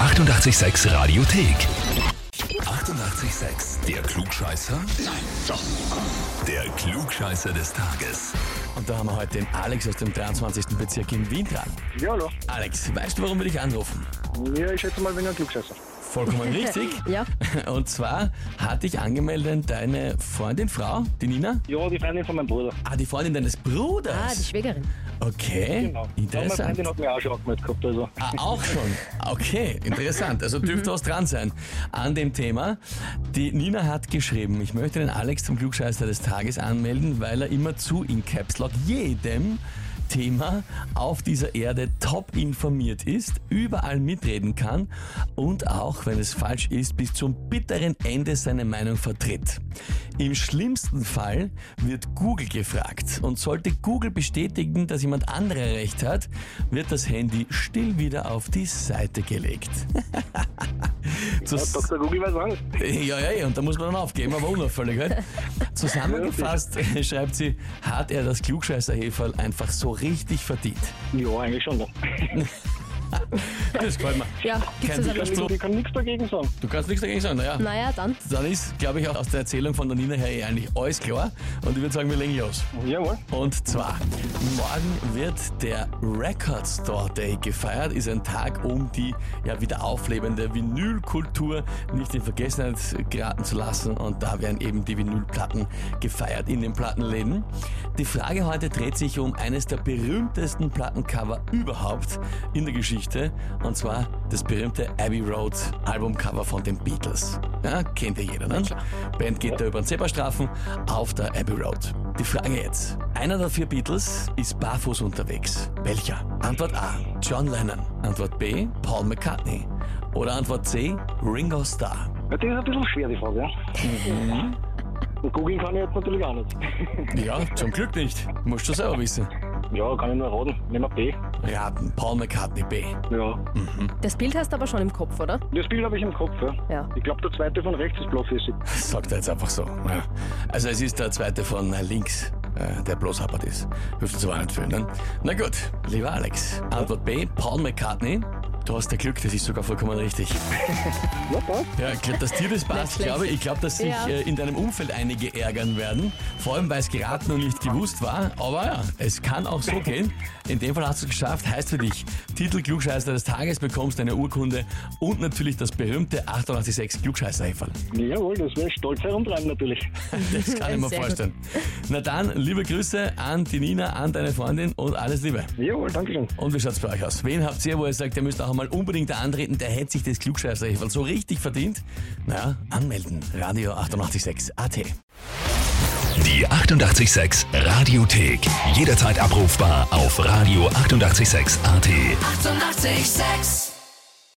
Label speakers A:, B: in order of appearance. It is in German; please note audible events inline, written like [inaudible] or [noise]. A: 886 Radiothek. 88,6. Der Klugscheißer? Nein, doch. Der Klugscheißer des Tages.
B: Und da haben wir heute den Alex aus dem 23. Bezirk in Wien dran.
C: Ja, hallo.
B: Alex, weißt du, warum wir dich anrufen?
C: Ja, ich schätze mal wegen einem Klugscheißer.
D: [laughs]
B: Vollkommen richtig.
D: Ja.
B: Und zwar hat dich angemeldet deine Freundin, Frau, die Nina.
C: Ja, die Freundin von meinem Bruder.
B: Ah, die Freundin deines
D: Ah, die Genau.
B: Bruders.
D: Schwägerin.
B: Okay,
C: Ja, meine Freundin
B: interessant.
C: hat mich auch schon angemeldet gehabt, also.
B: Ah, auch schon. Okay, interessant. Also dürfte was dran sein an dem Thema. Die Nina hat geschrieben, ich möchte den Alex zum Klugscheißer des Tages anmelden, weil er immer zu in Caps Lock jedem Thema auf dieser Erde top informiert ist, überall mitreden kann und auch, wenn es falsch ist, bis zum bitteren Ende seine Meinung vertritt. Im schlimmsten Fall wird Google gefragt und sollte Google bestätigen, dass jemand anderer recht hat, wird das Handy still wieder auf die Seite gelegt. [laughs]
C: Ja,
B: Zus-
C: Dr. Google weiß auch nicht.
B: ja, ja, ja, und da muss man dann aufgeben, aber unauffällig. Halt. Zusammengefasst schreibt sie, hat er das Klugscheißerheferl einfach so richtig verdient.
C: Ja, eigentlich schon. Ne?
B: Das gefällt mir.
D: Ja, gibt's
B: Kein
D: das
B: Widerspruch.
D: aber.
C: Ich Also, kann nichts dagegen sagen.
B: Du kannst nichts dagegen sagen, naja.
D: Naja, dann.
B: Dann ist, glaube ich, auch aus der Erzählung von der Nina her eh eigentlich alles klar. Und ich würde sagen, wir legen los.
C: Jawohl.
B: Und zwar, morgen wird der Record Store Day gefeiert. Ist ein Tag, um die ja, wieder auflebende Vinylkultur nicht in Vergessenheit geraten zu lassen. Und da werden eben die Vinylplatten gefeiert in den Plattenläden. Die Frage heute dreht sich um eines der berühmtesten Plattencover überhaupt in der Geschichte. Und zwar das berühmte Abbey Road Albumcover von den Beatles. Ja, kennt ja jeder, ne? Band geht da über den Zebrastreifen auf der Abbey Road. Die Frage jetzt. Einer der vier Beatles ist barfuß unterwegs. Welcher? Antwort A. John Lennon. Antwort B. Paul McCartney. Oder Antwort C. Ringo Starr.
C: Ja, das ist ein bisschen schwer, die Frage. Ja? Und googeln kann ich jetzt natürlich auch nicht.
B: Ja, zum Glück nicht. Musst du selber wissen.
C: ja, kann ich nur raten. Nehmen wir B.
B: Raten. Paul McCartney B.
C: Ja.
D: Das Bild hast du aber schon im Kopf, oder?
C: Das Bild habe ich im Kopf. Ja.
D: Ja.
C: Ich glaube, der zweite von rechts ist blaufüßig.
B: Sagt er jetzt einfach so. Ja. Also es ist der zweite von links, äh, der bloß happert ist. Hilft uns aber nicht viel, ne? Na gut, lieber Alex. Antwort B, Paul McCartney. Du hast ja Glück, das ist sogar vollkommen richtig.
C: Ja, passt.
B: Ja, ich glaube, dass dir das passt,
D: schlecht.
B: glaube ich. Ich glaube, dass sich
D: Ja.
B: äh, in deinem Umfeld einige ärgern werden. Vor allem, weil es geraten und nicht gewusst war. Aber ja, es kann auch so gehen. In dem Fall hast du es geschafft. Heißt für dich, Titel Klugscheißer des Tages, bekommst deine Urkunde und natürlich das berühmte 886 klugscheißer -Häferl.
C: Jawohl, das wäre stolz herumtreiben natürlich.
B: Das kann ich mir
D: Sehr
B: vorstellen. Na dann, liebe Grüße an die Nina, an deine Freundin und alles Liebe.
C: Jawohl, Dankeschön.
B: Und wie schaut's bei euch aus? Wen habt ihr, wo ihr sagt, ihr müsst auch einmal unbedingt da antreten, der hätte sich das klugscheißer so richtig verdient? Na, anmelden. Radio 886 AT.
A: Die 88,6 Radiothek. Jederzeit abrufbar auf radio886.at. 88,6.
E: Eighty-eight, sex.